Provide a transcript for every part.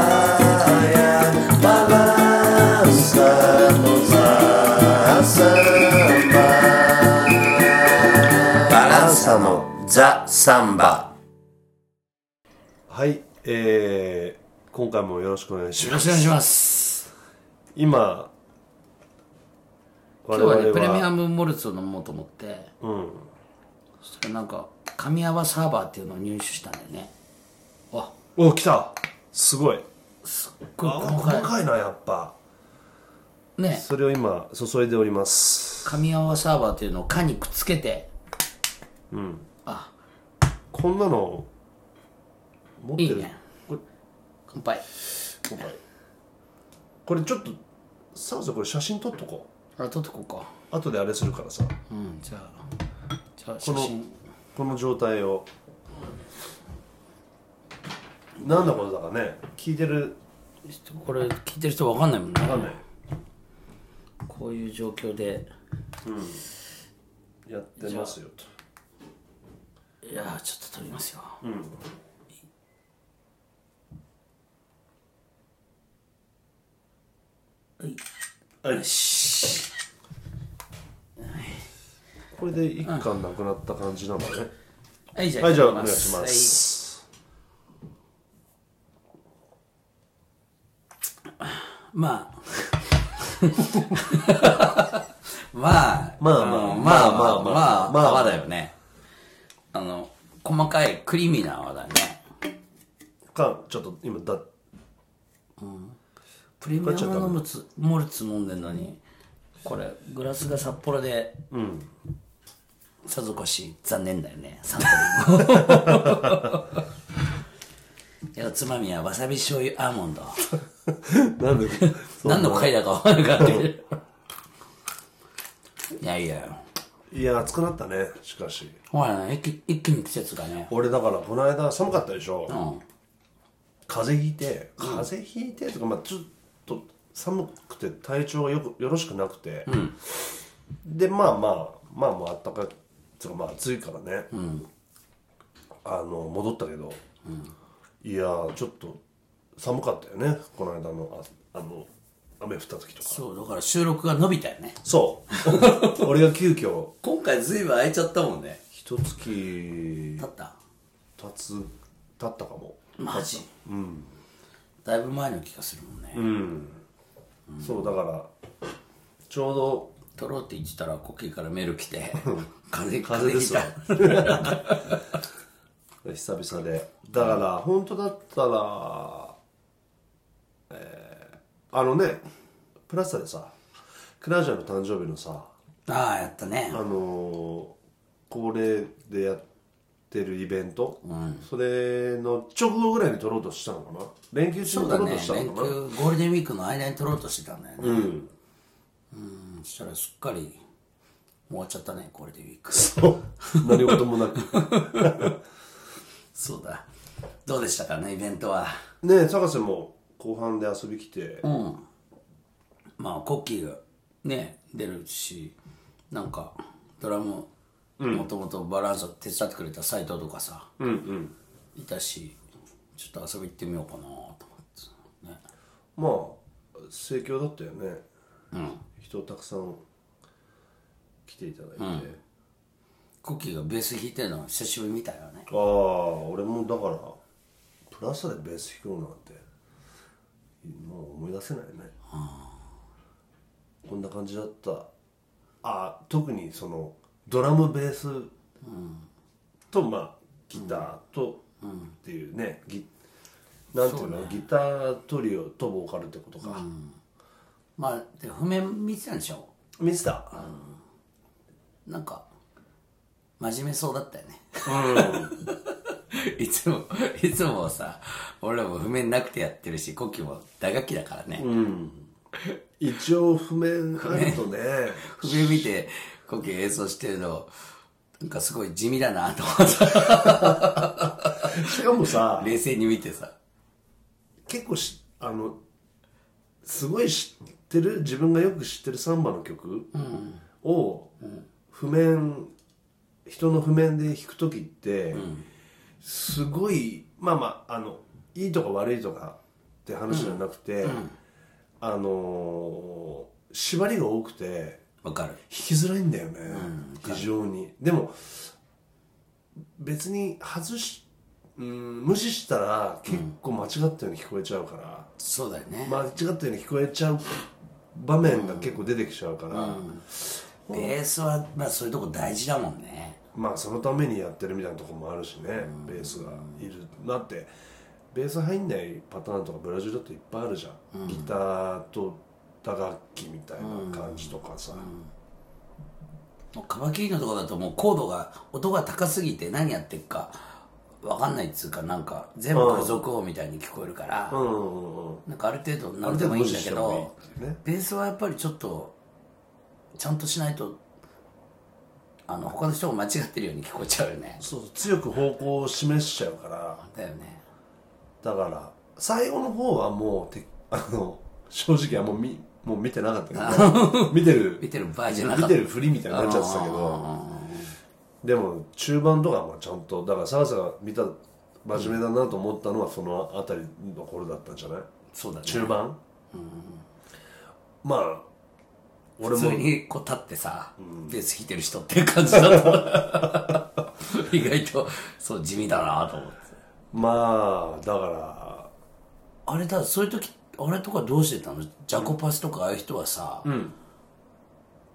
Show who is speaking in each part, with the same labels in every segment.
Speaker 1: Praia, balançamos a samba. Balançamos a samba.
Speaker 2: はい、えー、今回もよろしくお願いし
Speaker 3: よ
Speaker 2: ま
Speaker 3: ろし
Speaker 2: す
Speaker 3: くお願いします
Speaker 2: 今我
Speaker 3: 今日
Speaker 2: 々は
Speaker 3: はねプレミアムモルツを飲もうと思って
Speaker 2: うん
Speaker 3: そしたらなんか神山サーバーっていうのを入手したんだよねわ
Speaker 2: お来たすごい
Speaker 3: これ
Speaker 2: あ
Speaker 3: 細
Speaker 2: 細
Speaker 3: か
Speaker 2: かいなやっぱ
Speaker 3: いね
Speaker 2: それを今注いでおります
Speaker 3: 神山サーバーっていうのを缶にくっつけて
Speaker 2: こんなの持って
Speaker 3: い
Speaker 2: る
Speaker 3: いね
Speaker 2: これ
Speaker 3: 乾杯
Speaker 2: 今回これちょっとサウさんこれ写真撮っとこ
Speaker 3: あ取っとこうか
Speaker 2: う後であれするからさ
Speaker 3: うんじゃあじゃあ写真
Speaker 2: この状態を何のことだかね聞いてる
Speaker 3: これ聞いてる人わかんないもんね
Speaker 2: わかんない
Speaker 3: こういう状況で
Speaker 2: やってますよと
Speaker 3: いやーちょっと撮りますよ
Speaker 2: はいこれで一巻なくなった感じなのね、
Speaker 3: はいじゃあ
Speaker 2: はいじゃあお
Speaker 3: 撮り
Speaker 2: 願いします、
Speaker 3: はいまあまあ
Speaker 2: まあまあ
Speaker 3: の
Speaker 2: まあまあ
Speaker 3: ま
Speaker 2: まあ
Speaker 3: あ
Speaker 2: まあ
Speaker 3: 泡だよねあの細かいクリーミーな泡だね
Speaker 2: 缶ちょっと今だ
Speaker 3: プレミアムのモルツモルツ飲んでんのにこれグラスが札幌でさぞかし残念だよねサントリーも いやおつまみはわさび醤油アーモンド
Speaker 2: なんで
Speaker 3: 何の回だか分かんないけどいやいや
Speaker 2: いや暑くなったねしかし
Speaker 3: ほらね一気一気に季節がね
Speaker 2: 俺だからこの間寒かったでしょ、
Speaker 3: うん
Speaker 2: 風邪ひいて風邪ひいてとか、まあ、ちょっと寒くて体調がよくよろしくなくて、でまあまあまあもうあったかいつうかまあ暑いからね、あの戻ったけど、いやーちょっと寒かったよねこの間のああの雨降った時とか
Speaker 3: そうだから収録が伸びたよね
Speaker 2: そう俺が急遽
Speaker 3: 今回ずいぶん空いちゃったもんね
Speaker 2: 一月
Speaker 3: だった
Speaker 2: 経つ経ったかも、
Speaker 3: マジうんだいぶ前の気がするもんね、
Speaker 2: そうだからちょうど
Speaker 3: 撮ろうって言ってたらコッキーからメール来て風邪風
Speaker 2: 風邪
Speaker 3: 邪
Speaker 2: です
Speaker 3: ひい
Speaker 2: よ
Speaker 3: た
Speaker 2: 久々でだから本当だったら、えーあのねプラスタでさクラジャーの誕生日のさ
Speaker 3: ああやったね
Speaker 2: あのー恒例でやってるイベント、それの直後ぐらいに撮ろうとしたのかな連休中
Speaker 3: そ
Speaker 2: に
Speaker 3: う
Speaker 2: 撮
Speaker 3: だ
Speaker 2: ろう
Speaker 3: ね
Speaker 2: とした
Speaker 3: 連
Speaker 2: の
Speaker 3: 休
Speaker 2: か
Speaker 3: ゴ
Speaker 2: な、
Speaker 3: ールデンウィークの間に撮ろうとしてたんだよねうんそしたらすっかり終わっちゃったねゴールデンウィーク
Speaker 2: 何事もなく
Speaker 3: そうだどうでしたかねイベントは
Speaker 2: ねえ高瀬も後半で遊び来て、
Speaker 3: まあコッキーがね出るしなんかドラムもともとバランスを手伝ってくれた斎藤とかさ、いたしちょっと遊び行ってみようかなと思ってね
Speaker 2: まあ盛況だったよね、人たくさん来ていただいて、あ
Speaker 3: コッキーがベース弾いてるの久しぶりみたいよね
Speaker 2: あ俺もだからプラスでベース弾くのなんてもう思い出せないね、こんな感じだったあ特にそのドラムベースと、まあギターと、っていうねギなんていうのギタートリオとボーカルってことか、
Speaker 3: まあで譜面見てたんでしょ
Speaker 2: ミスター、
Speaker 3: なんか真面目そうだったよね いつもいつもさ俺らも譜面なくてやってるしコッキーも打楽器だからね、
Speaker 2: 一応 譜面あるとね
Speaker 3: 上見て、コケ演奏してるの、なんかすごい地味だなと思って
Speaker 2: しかもさ
Speaker 3: 冷静に見てさ。
Speaker 2: 結構しあのすごい知ってる自分がよく知ってるサンバの曲を譜面人の譜面で弾く時ってすごいまあまああのいいとか悪いとかって話じゃなくて、あのー縛りが多くて
Speaker 3: わかる
Speaker 2: 弾きづらいんだよね、非常にでも別に外し、うん、無視したら結構間違ったように聞こえちゃうから、
Speaker 3: そうだよね、
Speaker 2: 間違ったように聞こえちゃう場面が結構出てきちゃうから、
Speaker 3: ベースはまあそういうとこ大事だもんね
Speaker 2: まあそのためにやってるみたいなところもあるしね、ベースがいるだってベース入んないパターンとかブラジルだといっぱいあるじゃん、ギターと打楽器みたいな感じとかさ、
Speaker 3: もうカバキリのとこだともうコードが音が高すぎて何やってるかわかんないっつうかなんか全部付属音みたいに聞こえるから、
Speaker 2: うんうんうん
Speaker 3: なんかある程度何でもいいんだけ
Speaker 2: ある程度
Speaker 3: ど
Speaker 2: 無視してもいいっていうね
Speaker 3: ベースはやっぱりちょっとちゃんとしないとあの他の人も間違ってるように聞こえちゃうよね
Speaker 2: そうそう強く方向を示しちゃうから
Speaker 3: だよね
Speaker 2: だから最後の方はもうて あの正直はもう見もう見てなかったけど見てる
Speaker 3: 見てる場合じゃなかった
Speaker 2: 見てるふりみたいになっちゃってたけどでも中盤とかもちゃんとだからサラサが見た真面目だなと思ったのはその辺りの頃だったんじゃない
Speaker 3: そうだね
Speaker 2: 中盤、まあ俺
Speaker 3: 普
Speaker 2: も
Speaker 3: 通にこう立ってさ、ベース弾いてる人っていう感じだった意外とそう地味だなと思って
Speaker 2: まあだから
Speaker 3: あれだそういう時あれとかどうしてたのジャコパスとかああいう人はさ、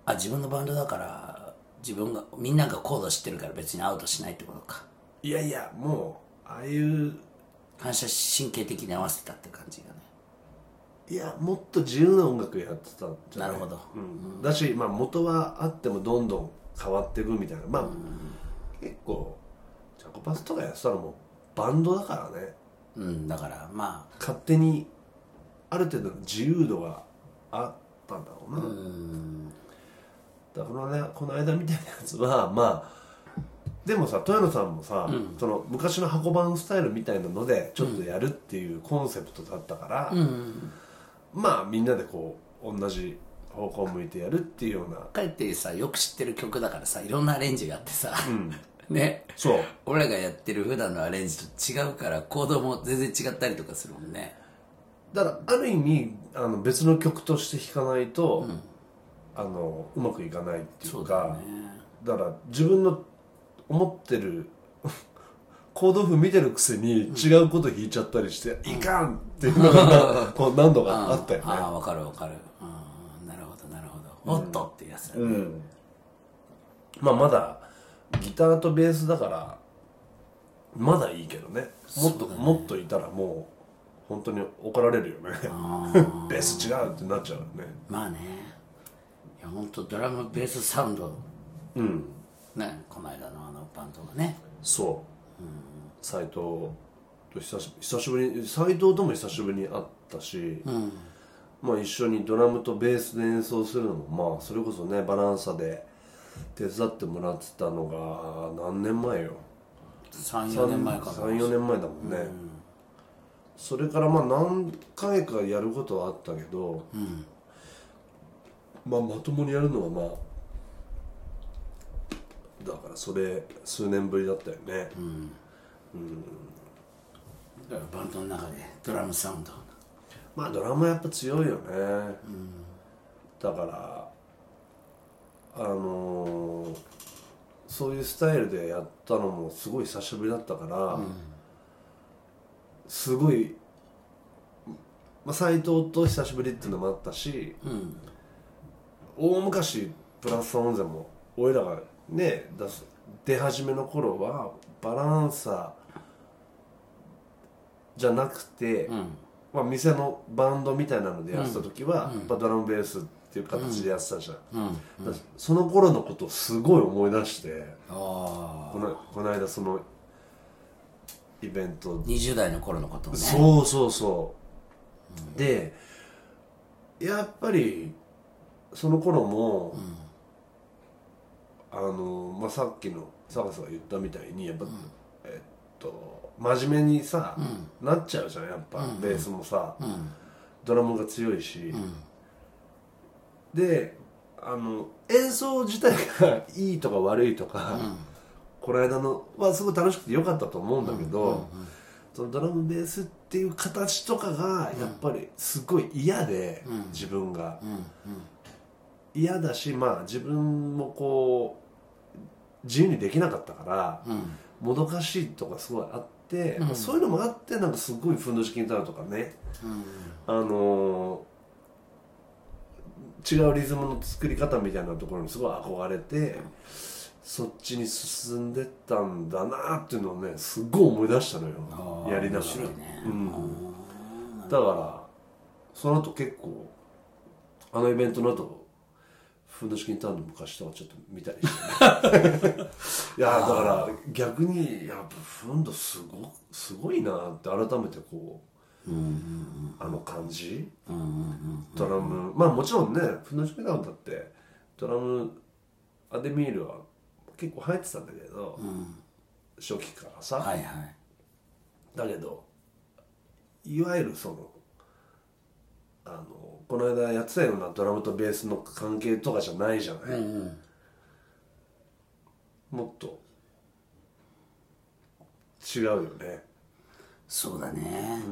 Speaker 3: あ自分のバンドだから自分がみんながコード知ってるから別にアウトしないってことか
Speaker 2: いやいやもうああいう
Speaker 3: 反射神経的に合わせてたって感じがね
Speaker 2: いやもっと自由な音楽やってたんじゃない
Speaker 3: なるほど
Speaker 2: うん、だし、まあ、元はあってもどんどん変わっていくみたいなまあ、結構ジャコパスとかやってたのもバンドだからね
Speaker 3: うんだからまあ
Speaker 2: 勝手にある程度の自由度があったんだろうな、だからねこの間みたいなやつはまあでもさ豊野さんもさ、その昔の箱番スタイルみたいなのでちょっとやるっていうコンセプトだったから、まあみんなでこう同じ方向を向いてやるっていうような
Speaker 3: かえってさよく知ってる曲だからさいろんなアレンジがあってさ、 ね
Speaker 2: そう
Speaker 3: 俺らがやってる普段のアレンジと違うからコードも全然違ったりとかするもんね
Speaker 2: だからある意味あの別の曲として弾かないと、あのうまくいかないっていうかだ,、から自分の思ってる コード譜見てるくせに違うこと弾いちゃったりして、いかんっていうのがこう何度かあったよね、
Speaker 3: ああわかるわかるうんなるほどなるほどおっとっていうやつだね、
Speaker 2: うんまあまだギターとベースだからまだいいけどねもっともっといたらもう本当に怒られるよね ベース違うってなっちゃうよね
Speaker 3: まあねいや本当ドラムベースサウンドねこの間のあのバンドがね
Speaker 2: そう斎、藤と久し久しぶりに斎藤とも久しぶりに会ったし、まあ、一緒にドラムとベースで演奏するのもまあそれこそねバランサで手伝ってもらってたのが何年前よ
Speaker 3: 34年前かな
Speaker 2: 34年前だもんね、それからまあ何回かやることはあったけど、まあ、まともにやるのはまあだからそれ数年ぶりだったよね、
Speaker 3: バンドの中でドラムサウンド
Speaker 2: まあドラマやっぱ強いよね、だからあのーそういうスタイルでやったのもすごい久しぶりだったから、すごい、まあ、斎藤と久しぶりっていうのもあったし、大昔プラスさん音声も俺らがね出す出始めの頃はバランサじゃなくて、まあ、店のバンドみたいなのでやってた時は、やっぱドラムベースっていう形でやってたじゃん、だからその頃のことをすごい思い出して
Speaker 3: ああ
Speaker 2: このこの間そのイベント
Speaker 3: 20代の頃のことね
Speaker 2: そうそうそう、でやっぱりその頃も、あの、まあ、さっきの坂さんが言ったみたいにやっぱ、えっと真面目にさ、なっちゃうじゃんやっぱ、ベースもさ、ドラムが強いし、であの演奏自体がいいとか悪いとか、この間のはすごい楽しくて良かったと思うんだけど、そのドラムベースっていう形とかがやっぱりすごい嫌で、自分が、嫌だしまあ自分もこう自由にできなかったから、もどかしいとかすごいあって、そういうのもあってなんかすごいふんどしきになるとかね、あのー違うリズムの作り方みたいなところにすごい憧れてそっちに進んでったんだなっていうのをねすっごい思い出したのよ
Speaker 3: あー
Speaker 2: やりながら
Speaker 3: 面白いね
Speaker 2: うん、だからその後結構あのイベントの後ふんどしきにターンの昔とかちょっと見たり して、ね、いやだから逆にやっぱふんどすごすごいなって改めてこう、あの感じ、ドラムまあもちろんねふんどしきターンだってドラムアデミールは結構流行ってたんだけど、初期からさ、
Speaker 3: はいはい
Speaker 2: だけどいわゆるそのあのこの間やってたようなドラムとベースの関係とかじゃないじゃない、もっと違うよね
Speaker 3: そうだね、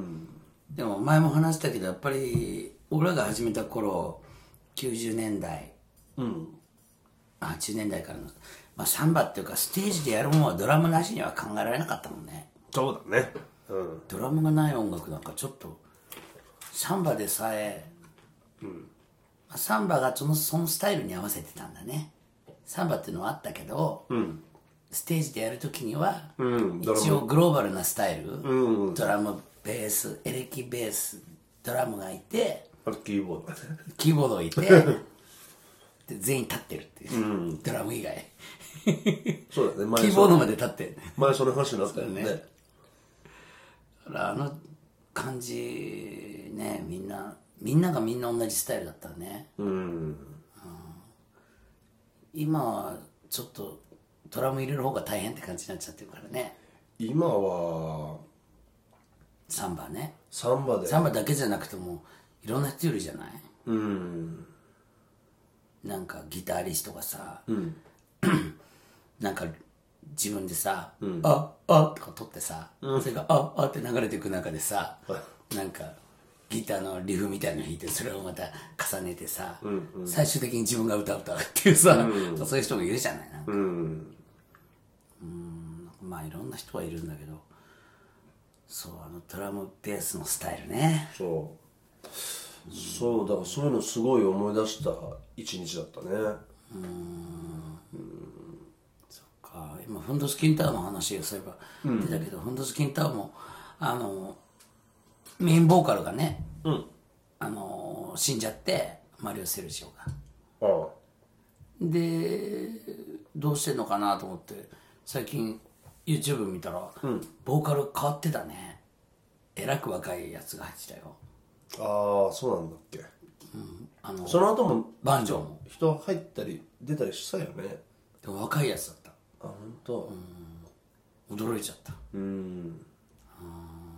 Speaker 3: でも前も話したけどやっぱり俺らが始めた頃90年代
Speaker 2: うん
Speaker 3: あ80年代からの、まあ、サンバっていうかステージでやるものはドラムなしには考えられなかったもんね
Speaker 2: そうだねうん
Speaker 3: ドラムがない音楽なんかちょっとサンバでさえ、まあサンバがそのそのスタイルに合わせてたんだねサンバっていうのはあったけど、ステージでやる時には、
Speaker 2: んドラム
Speaker 3: 一応グローバルなスタイル、ドラムベースエレキベースドラムがいて
Speaker 2: あキーボードだね
Speaker 3: キーボードがい てで全員立ってるっていう、ドラム以外
Speaker 2: そうだね前
Speaker 3: キーボードまで立ってる
Speaker 2: 前その話になったよね
Speaker 3: そうだねだからあの感じねみんなみんながみんな同じスタイルだったらね
Speaker 2: うん
Speaker 3: 今はちょっとドラム入れる方が大変って感じになっちゃってるからね
Speaker 2: 今は
Speaker 3: サンバね
Speaker 2: サンバで
Speaker 3: サンバだけじゃなくてもいろんな人いるじゃない
Speaker 2: うん
Speaker 3: なんかギタリストがさ、 なんか自分でさ「ああとか撮ってさ、それが「ああって流れていく中でさなんかギターのリフみたいの弾いてそれをまた重ねてさ、最終的に自分が歌う歌うっていうさ、そういう人もいるじゃないなんか
Speaker 2: うん
Speaker 3: まあいろんな人はいるんだけどそうあのドラムベースのスタイルね
Speaker 2: そうそうだからそういうのすごい思い出した一日だったね
Speaker 3: か今フンドスキンターの話をそういえば出たけど、フンドスキンターもあのメインボーカルがね、あの死んじゃってマリオ・セルジオが
Speaker 2: ああ
Speaker 3: でどうしてんのかなと思って最近 YouTube 見たら、ボーカル変わってたねえらく若いやつが入ってたよ
Speaker 2: ああそうなんだっけ、
Speaker 3: あの
Speaker 2: その後も
Speaker 3: バンジョーも
Speaker 2: 人入ったり出たりしたよね
Speaker 3: でも若いやつだった
Speaker 2: あ本当。
Speaker 3: 驚いちゃった
Speaker 2: うーん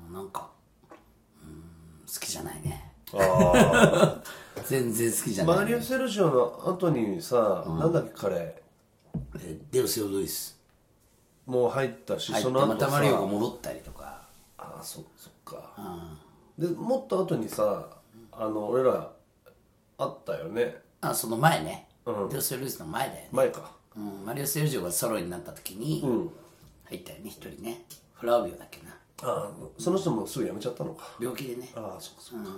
Speaker 3: うんなんかうん好きじゃないね
Speaker 2: あ
Speaker 3: 全然好きじゃ
Speaker 2: あ
Speaker 3: ない
Speaker 2: マリオ・セルジオの後にさ、なんだっけ彼
Speaker 3: えデウス・ヨドイス
Speaker 2: もう入ったし、
Speaker 3: 入って
Speaker 2: その後
Speaker 3: ま
Speaker 2: さ
Speaker 3: たマリオが戻ったりとか
Speaker 2: ああそそっか、でもっと後にさあの俺らあったよね
Speaker 3: あその前ね、
Speaker 2: うん
Speaker 3: デウス・ヨドイスの前だよね、
Speaker 2: 前か
Speaker 3: うん、マリオ・セルジオがソロになった時に
Speaker 2: うん
Speaker 3: 入ったよね一人ねフラウビオだっけな
Speaker 2: ああその人もすぐ辞めちゃったのか
Speaker 3: 病気でね
Speaker 2: ああそっかそっか、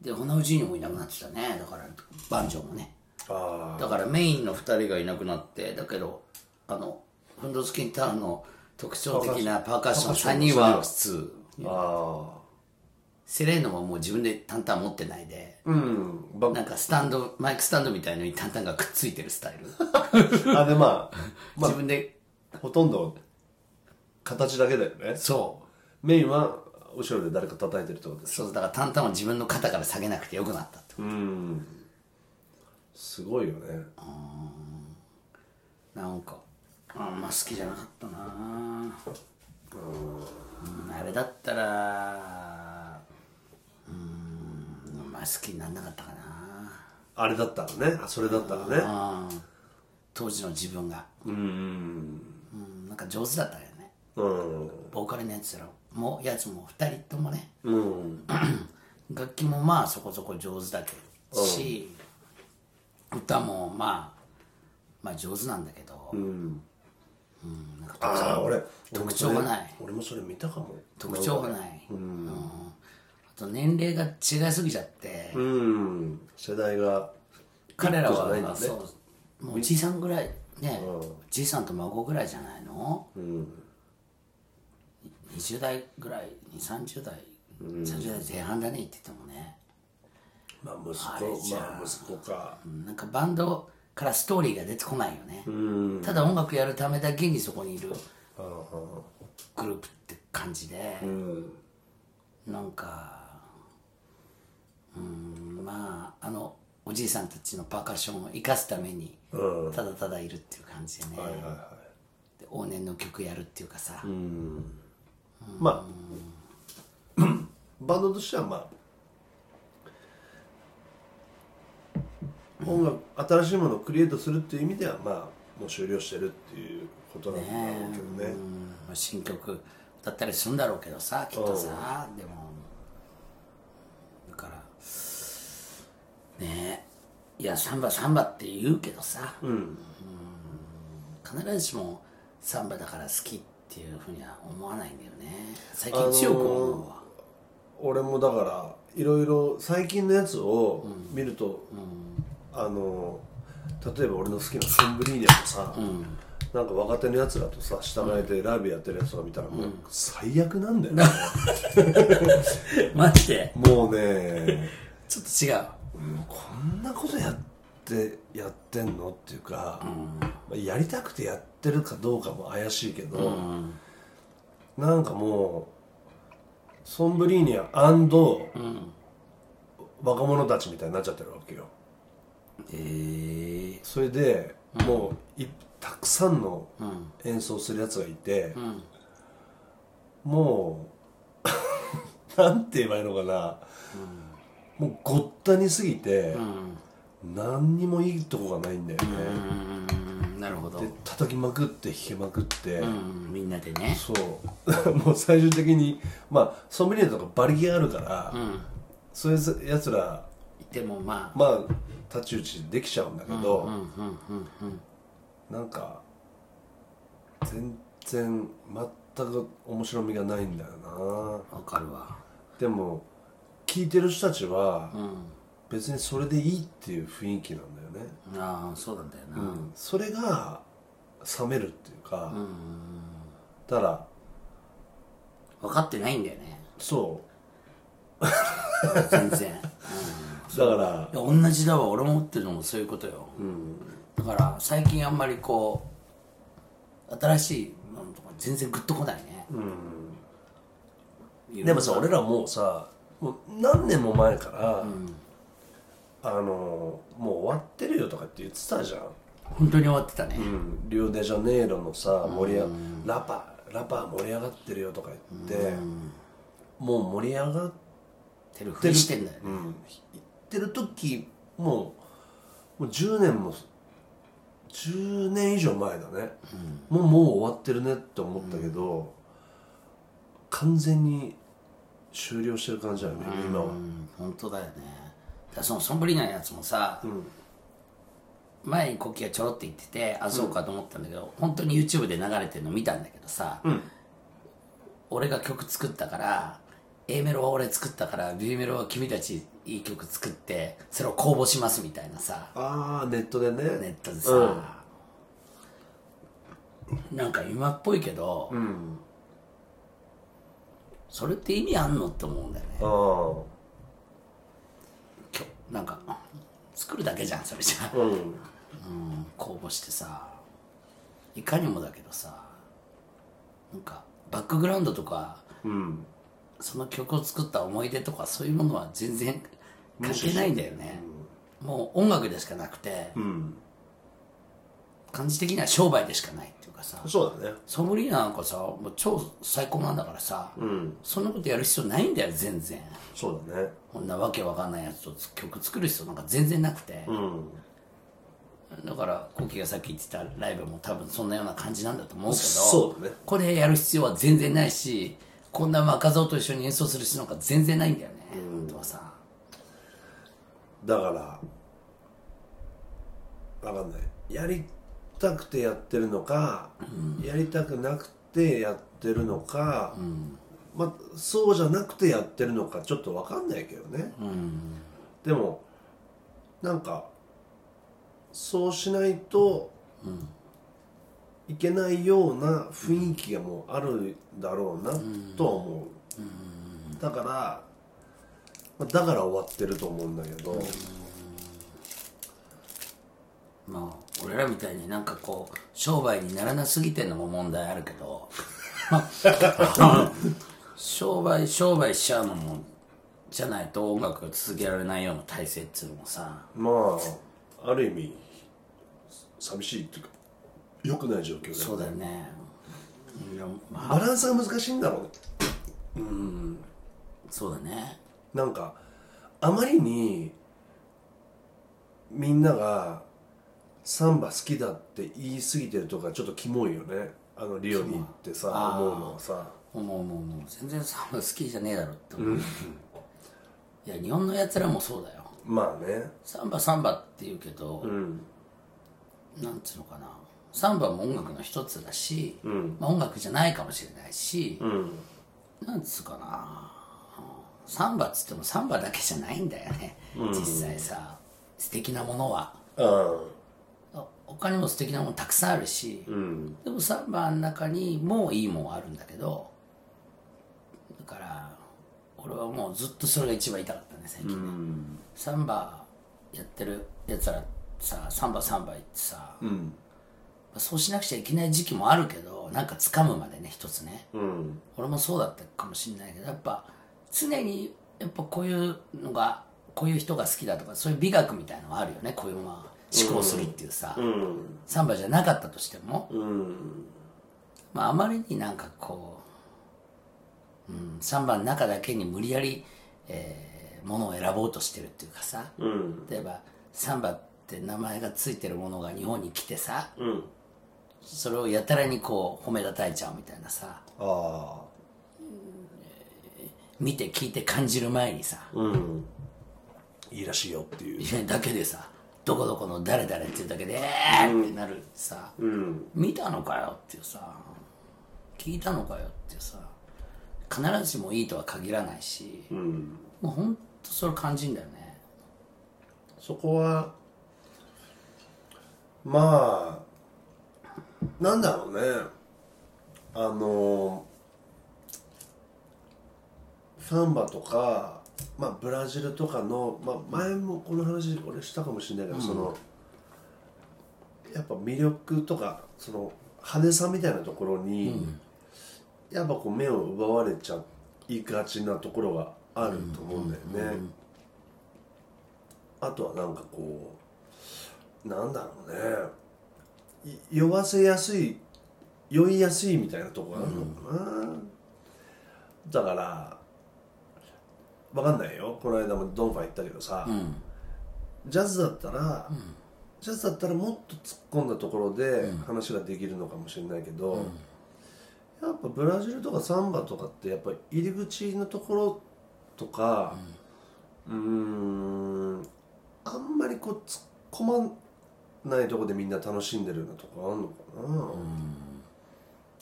Speaker 3: でホナウジーニョもいなくなってたねだからバンジョーもね
Speaker 2: あ
Speaker 3: だからメインの2人がいなくなってだけどあのフンドスキンターンの特徴的なパーカッション3人は普通
Speaker 2: ああ
Speaker 3: セレーノももう自分で担々持ってないで
Speaker 2: あうんば
Speaker 3: なんかスタンドマイクスタンドみたいのに担々がくっついてるスタイ ル
Speaker 2: あでまあ
Speaker 3: 自分で
Speaker 2: ほとんど形だけだよね
Speaker 3: そう
Speaker 2: メインは後ろで誰か叩いてるってことです
Speaker 3: そうだからタンタンは自分の肩から下げなくてよくなったってこ
Speaker 2: うんすごいよね
Speaker 3: となんかあんま好きじゃなかったなうんあれだったらうんまあ好きにならなかったかな
Speaker 2: あれだったらねあそれだったらね
Speaker 3: 当時の自分が
Speaker 2: うん
Speaker 3: うんなんか上手だったよね
Speaker 2: うん
Speaker 3: ボーカルのやつらもやつも2人ともね、楽器もまあそこそこ上手だけどし、歌もまあまあ上手なんだけど、うんなんか特徴
Speaker 2: ああ俺
Speaker 3: 特徴がない
Speaker 2: 俺もそれ俺もそれ見たかも
Speaker 3: 特徴がない、うんあと年齢が違いすぎちゃって、
Speaker 2: うん世代が
Speaker 3: 彼ら
Speaker 2: 一個じゃないんだ
Speaker 3: は
Speaker 2: ね
Speaker 3: そうもうじいさんぐらいねじいさんと孫ぐらいじゃないの、20代ぐらい2 3 0代、30代前半だね言っててもね
Speaker 2: まあ息子まあ息子か
Speaker 3: うんなんかバンドからストーリーが出てこないよね、ただ音楽やるためだけにそこにいるグループって感じで、なんかうんまああのおじいさんたちのパーカッションを生かすためにただただいるっていう感じでね、で往年の曲やるっていうかさ、
Speaker 2: まあバンドとしてはまあ音楽新しいものをクリエイトするっていう意味ではまあもう終了してるっていうことなんだろうけどね
Speaker 3: うん新曲歌ったりするんだろうけどさきっとさ、でもだからねえいやサンバサンバって言うけどさ、うん必ずしもサンバだから好きっていうふうには思わないんだよね最近強く思うのは、
Speaker 2: 俺もだからいろいろ最近のやつを見ると、あの例えば俺の好きなセンブリーニャもさ、なんか若手のやつらとさ従えてライブやってるやつとか見たらもう最悪なんだよね、
Speaker 3: マジで
Speaker 2: もうね
Speaker 3: ちょっと違う
Speaker 2: こんなことやってやってんのっていうか、まあやりたくてやってるかどうかも怪しいけど、なんかもうソンブリーニャ、若者たちみたいになっちゃってるわけよ
Speaker 3: ええ
Speaker 2: それで、もういたくさんの演奏するやつがいて、もう なんて言えばいいのかな、もうごったにすぎて、何にもいいとこがないんだよね、
Speaker 3: うんなるほど、
Speaker 2: で叩きまくって弾けまくって、
Speaker 3: うん、みんなでね
Speaker 2: そうもう 最終的にまあソムリエとか馬力があるから、そういうやつら
Speaker 3: でもまあ
Speaker 2: まあ太刀打ちできちゃうんだけど、なんか全然全く面白みがないんだよな
Speaker 3: わかるわ
Speaker 2: でも聞いてる人たちは、別にそれでいいっていう雰囲気なんだよね、
Speaker 3: ああそうなんだよな、
Speaker 2: それが冷めるっていうか、だから
Speaker 3: 分かってないんだよね
Speaker 2: そう
Speaker 3: 全然、
Speaker 2: だから
Speaker 3: うん、いや同じだわ俺も思ってるのもそういうことよ、だから最近あんまりこう新しいものとか全然グッとこないね、うん、
Speaker 2: でもさ俺らもうさもう何年も前から、あのもう終わってるよとかって言ってたじゃん、
Speaker 3: 本当に終わってたね、
Speaker 2: うん、リオデジャネイロのさ盛り上がラパラパ盛り上がってるよとか言って、もう盛り上がって
Speaker 3: てるふりしてんだよね、
Speaker 2: うん言ってる時もうもう10年も10年以上前だね、もうもう終わってるねって思ったけど、完全に終了してる感じだよね、今は
Speaker 3: うん本当だよねだからそのソンブリーナのやつもさ、前にコッキーがちょろって言っててあそうかと思ったんだけど、本当に YouTube で流れてるの見たんだけどさ、俺が曲作ったから A メロは俺作ったから B メロは君たちいい曲作ってそれを公募しますみたいなさ
Speaker 2: ああネットでね
Speaker 3: ネットでさ、なんか今っぽいけど、それって意味あんのって思うんだよね
Speaker 2: ああ
Speaker 3: きょなんか作るだけじゃんそれじゃ
Speaker 2: うん
Speaker 3: うん公募してさいかにもだけどさなんかバックグラウンドとか
Speaker 2: うん
Speaker 3: その曲を作った思い出とかそういうものは全然関係ないんだよねもう音楽でしかなくて、
Speaker 2: うん
Speaker 3: 感じ的には商売でしかないっていうかさ
Speaker 2: そうだね
Speaker 3: ソムリーナなんかさもう超最高なんだからさ、
Speaker 2: うん
Speaker 3: そんなことやる必要ないんだよ全然
Speaker 2: そうだね
Speaker 3: こんなわけわかんないやつと曲作る必要なんか全然なくて、
Speaker 2: うん
Speaker 3: だからコキがさっき言ってたライブも多分そんなような感じなんだと思うけど
Speaker 2: そうだね
Speaker 3: これやる必要は全然ないしこんな若造と一緒に演奏する必要なんか全然ないんだよね、本当はさ
Speaker 2: だから分かんないやりたくてやってるのか、やりたくなくてやってるのか、まあ、そうじゃなくてやってるのかちょっと分かんないけどね、でもなんかそうしないといけないような雰囲気がもうあるだろうなとは思う、だからまあだから終わってると思うんだけど、
Speaker 3: まあ俺らみたいになんかこう商売にならなすぎてんのも問題あるけど 商売商売しちゃうのもじゃないと音楽を続けられないような体制っつうのもさ
Speaker 2: まあある意味寂しいっていうか良くない状況で
Speaker 3: そうだよねいやまあ
Speaker 2: バランスが難しいんだろうね
Speaker 3: そうだね
Speaker 2: なんかあまりにみんながサンバ好きだって言い過ぎてるとかちょっとキモいよねあのリオに行ってさ思うのはさ
Speaker 3: 思うもうもう全然サウナ好きじゃねえだろって思う、いや日本のやつらもそうだよ
Speaker 2: まあね
Speaker 3: サンバサンバって言うけど、
Speaker 2: うん
Speaker 3: なんつうのかなサンバも音楽の一つだし、まあ、音楽じゃないかもしれないし、
Speaker 2: うん
Speaker 3: なんつうかなサンバっつってもサンバだけじゃないんだよね、実際さ素敵なものは
Speaker 2: あ
Speaker 3: あ他にも素敵なものたくさんあるし、
Speaker 2: うん
Speaker 3: でもサンバの中にもいいもんあるんだけどだから俺はもうずっとそれが一番痛かったね最近ね、サンバやってるやつらさサンバサンバ言ってさ、
Speaker 2: うん
Speaker 3: そうしなくちゃいけない時期もあるけどなんか掴むまでね一つね
Speaker 2: うん
Speaker 3: 俺もそうだったかもしれないけどやっぱ常にやっぱこういうのがこういう人が好きだとかそういう美学みたいのはあるよねこういうまあ思考するっていうさ、
Speaker 2: うん
Speaker 3: サンバじゃなかったとしても、
Speaker 2: うん
Speaker 3: まあ、あまりになんかこう、うん、サンバの中だけに無理やり、えーものを選ぼうとしてるっていうかさ
Speaker 2: うん
Speaker 3: 例えばサンバって名前がついてるものが日本に来てさ
Speaker 2: うん
Speaker 3: それをやたらにこう褒めたたえちゃうみたいなさ
Speaker 2: あ
Speaker 3: 見て聞いて感じる前にさ
Speaker 2: あうんいいらしいよっていう
Speaker 3: だけでさどこどこの誰々っていうだけでえーってなるさ、
Speaker 2: うん
Speaker 3: 見たのかよっていうさ聞いたのかよっていうさ必ずしもいいとは限らないし、
Speaker 2: うん
Speaker 3: もうほんとそれ感じんだよね
Speaker 2: そこはまあなんだろうねあのサンバとか、まあ、ブラジルとかの、まあ、前もこの話俺したかもしれないけど、そのやっぱ魅力とかその派手さみたいなところに、やっぱこう目を奪われちゃいがちなところがあると思うんだよね。あとはなんかこうなんだろうねい酔わせやすい酔いやすいみたいなとこがあるのかな、だからわかんないよこの間もドンファン行ったけどさ、
Speaker 3: うん
Speaker 2: ジャズだったら、ジャズだったらもっと突っ込んだところで話ができるのかもしれないけど、やっぱブラジルとかサンバとかってやっぱり入り口のところとかうんんあんまりこう突っ込まないとこでみんな楽しんでるようなとこあんのか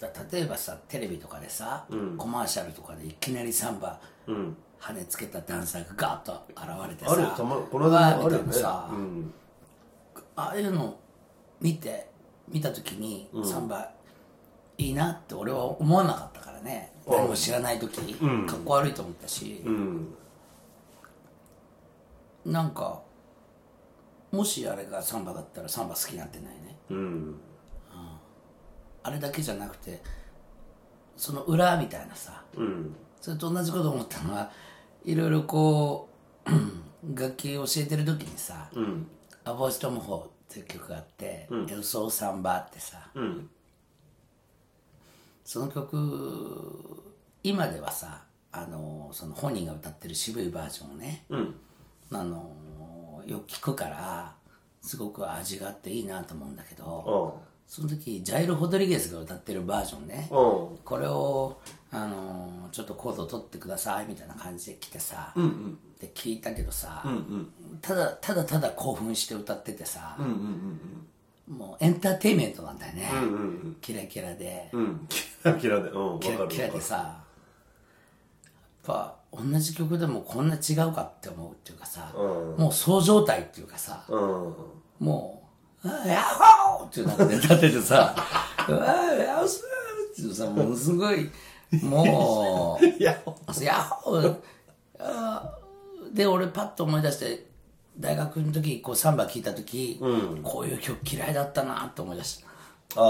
Speaker 3: だ例えばさテレビとかでさ、
Speaker 2: うん
Speaker 3: コマーシャルとかでいきなりサンバ
Speaker 2: なうん、
Speaker 3: 跳ねつけたダンサーがガーッと現れてさ
Speaker 2: あるよたまこの間もある
Speaker 3: わーみたい
Speaker 2: よね
Speaker 3: なさ
Speaker 2: うん
Speaker 3: ああいうの見て見た時に、サンバいいなって俺は思わなかったからね何も知らない時、かっこ悪いと思ったし
Speaker 2: う、ん
Speaker 3: なんかもしあれがサンバだったらサンバ好きになってないね
Speaker 2: うん
Speaker 3: あれだけじゃなくてその裏みたいなさ
Speaker 2: うん
Speaker 3: それと同じこと思ったのはいろいろこううん楽器教えてる時にさ「
Speaker 2: うん
Speaker 3: アボイストムホー」っていう曲があって「演奏サンバ」ってさ
Speaker 2: うん
Speaker 3: その曲今ではさあのその本人が歌ってる渋いバージョンをね、
Speaker 2: うん
Speaker 3: あのよく聞くからすごく味があっていいなと思うんだけ
Speaker 2: う
Speaker 3: ど、
Speaker 2: ん
Speaker 3: その時ジャイロ・ホドリゲスが歌ってるバージョンね、
Speaker 2: うん
Speaker 3: これを、あのーちょっとコード取ってくださいみたいな感じで来てさ、で聞いたけどさ、ただただただ興奮して歌っててさ、もうエンターテインメントなんだよね、キラキラで、
Speaker 2: うんキラキラでうんわか
Speaker 3: キ
Speaker 2: る
Speaker 3: ラ
Speaker 2: わ
Speaker 3: キ
Speaker 2: か
Speaker 3: ラ
Speaker 2: る
Speaker 3: でさやっぱ同じ曲でもこんな違うかって思うっていうかさ、もうそう状態っていうかさ、
Speaker 2: うん
Speaker 3: もう、あヤッホーってなんで立っててさ、あヤッホーってさ、ものすごい、もう、
Speaker 2: いや
Speaker 3: ヤッホーあーで、俺パッと思い出して、大学の時、こうサンバ聞いた時、こういう曲嫌いだったなって思い出した。
Speaker 2: あ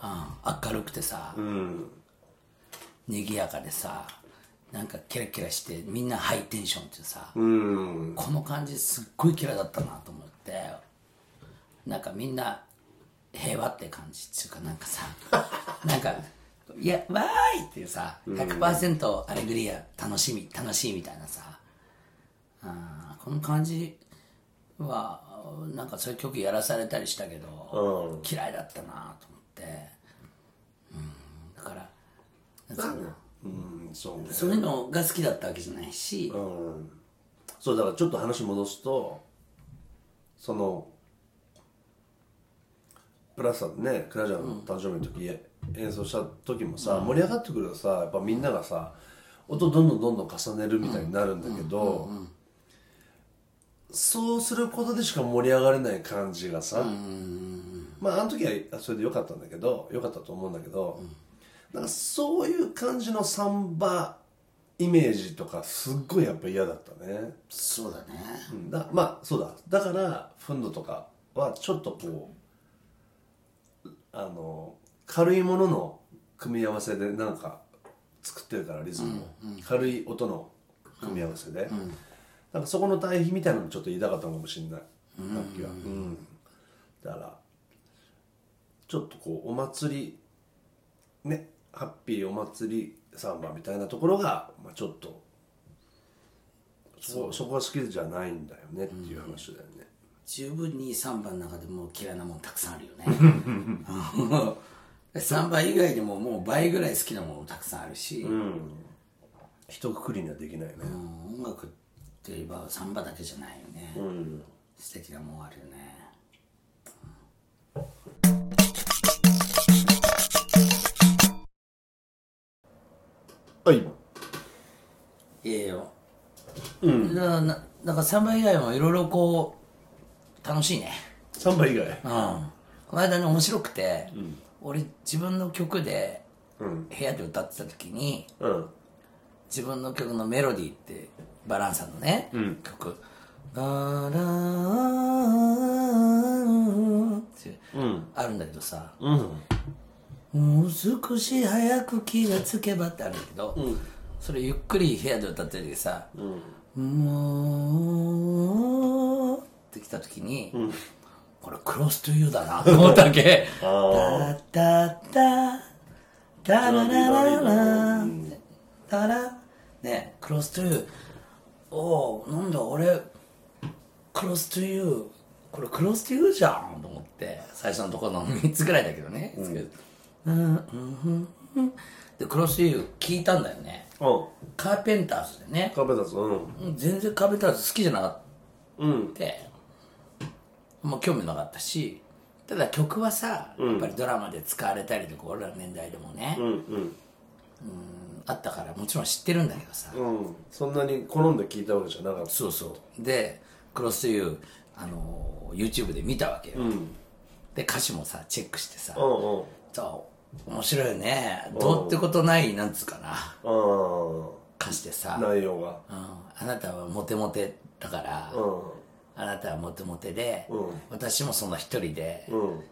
Speaker 2: あ
Speaker 3: うん、明るくてさ、賑やかでさ、なんかキラキラして、みんなハイテンションっていうさ、
Speaker 2: うん
Speaker 3: この感じすっごい嫌いだったなと思ってなんかみんな平和って感じっていうかなんか さなんか「いやわーい!」っていうさ100%アレグリア楽しみ楽しいみたいなさあーこの感じはなんかそういう曲やらされたりしたけど、嫌いだったなと思ってうんだからなんつうの
Speaker 2: うんそうね
Speaker 3: そういうのが好きだったわけじゃないし、
Speaker 2: そうだからちょっと話戻すとそのプラスさんねクラジャーの誕生日の時、演奏した時もさ、盛り上がってくるとさやっぱみんながさ音どんどんどんどん重ねるみたいになるんだけど、そうすることでしか盛り上がれない感じがさ、まああの時はそれで良かったんだけど良かったと思うんだけど、なんかそういう感じのサンバイメージとかすっごいやっぱ嫌だったね、
Speaker 3: そうだね
Speaker 2: うん、だまあそうだだからフンドとかはちょっとこうあの軽いものの組み合わせでなんか作ってるからリズムを、軽い音の組み合わせで、なんかそこの対比みたいなのもちょっと言いたかったのかもしれない楽器は、うん、だからちょっとこうお祭りねハッピーお祭りサンバみたいなところが、まあ、ちょっとそそこが好きじゃないんだよねっていう話だよね、
Speaker 3: 十分にサンバの中でもう嫌いなもんたくさんあるよね サンバ以外にももう倍ぐらい好きなものもたくさんあるし、
Speaker 2: 一括りにはできないね、
Speaker 3: うん音楽っていえばサンバだけじゃないよね、素敵なもんあるよね
Speaker 2: はい
Speaker 3: いえよ、だからなだからサンバ以外もいろいろこう楽しいね
Speaker 2: サンバ以外
Speaker 3: うんこの間ね面白くて、俺自分の曲で
Speaker 2: うん
Speaker 3: 部屋で歌ってた時に、
Speaker 2: うん
Speaker 3: 自分の曲のメロディーってバランさんのね、曲バランってあるんだけどさ、もう少し早く気がつけばってあるんだけど、それゆっくり部屋で歌ってる時さ、もうってきた時に、これクロストゥユーだなと思ったわけ。タッタッタラララララタラねクロストゥユーおおなんだ俺クロストゥユーこれクロストゥユーじゃんと思って最初のところの3つぐらいだけどね、うん、うんうんうんでクロストゥユー聞いたんだよね
Speaker 2: うん
Speaker 3: カーペンターズでね
Speaker 2: カベタスうん
Speaker 3: 全然カーペンターズ好きじゃなかった
Speaker 2: うん
Speaker 3: で、まあ、興味なかったしただ曲はさ、やっぱりドラマで使われたりとか俺らの年代でもね、
Speaker 2: うんうん
Speaker 3: あったからもちろん知ってるんだけどさ、
Speaker 2: うんそんなに好んで聞いたわけじゃなかった
Speaker 3: そうそうで「クロスというあのー YouTube で見たわけよ、で歌詞もさチェックしてさ、
Speaker 2: うんうん
Speaker 3: そう面白いよねどうってことないなんつうかな
Speaker 2: あ
Speaker 3: 歌詞でさ、
Speaker 2: あ
Speaker 3: うん
Speaker 2: 内容が
Speaker 3: あなたはモテモテだから、
Speaker 2: う
Speaker 3: あなたはモテモテで、
Speaker 2: うん
Speaker 3: 私もその一人で、
Speaker 2: んうん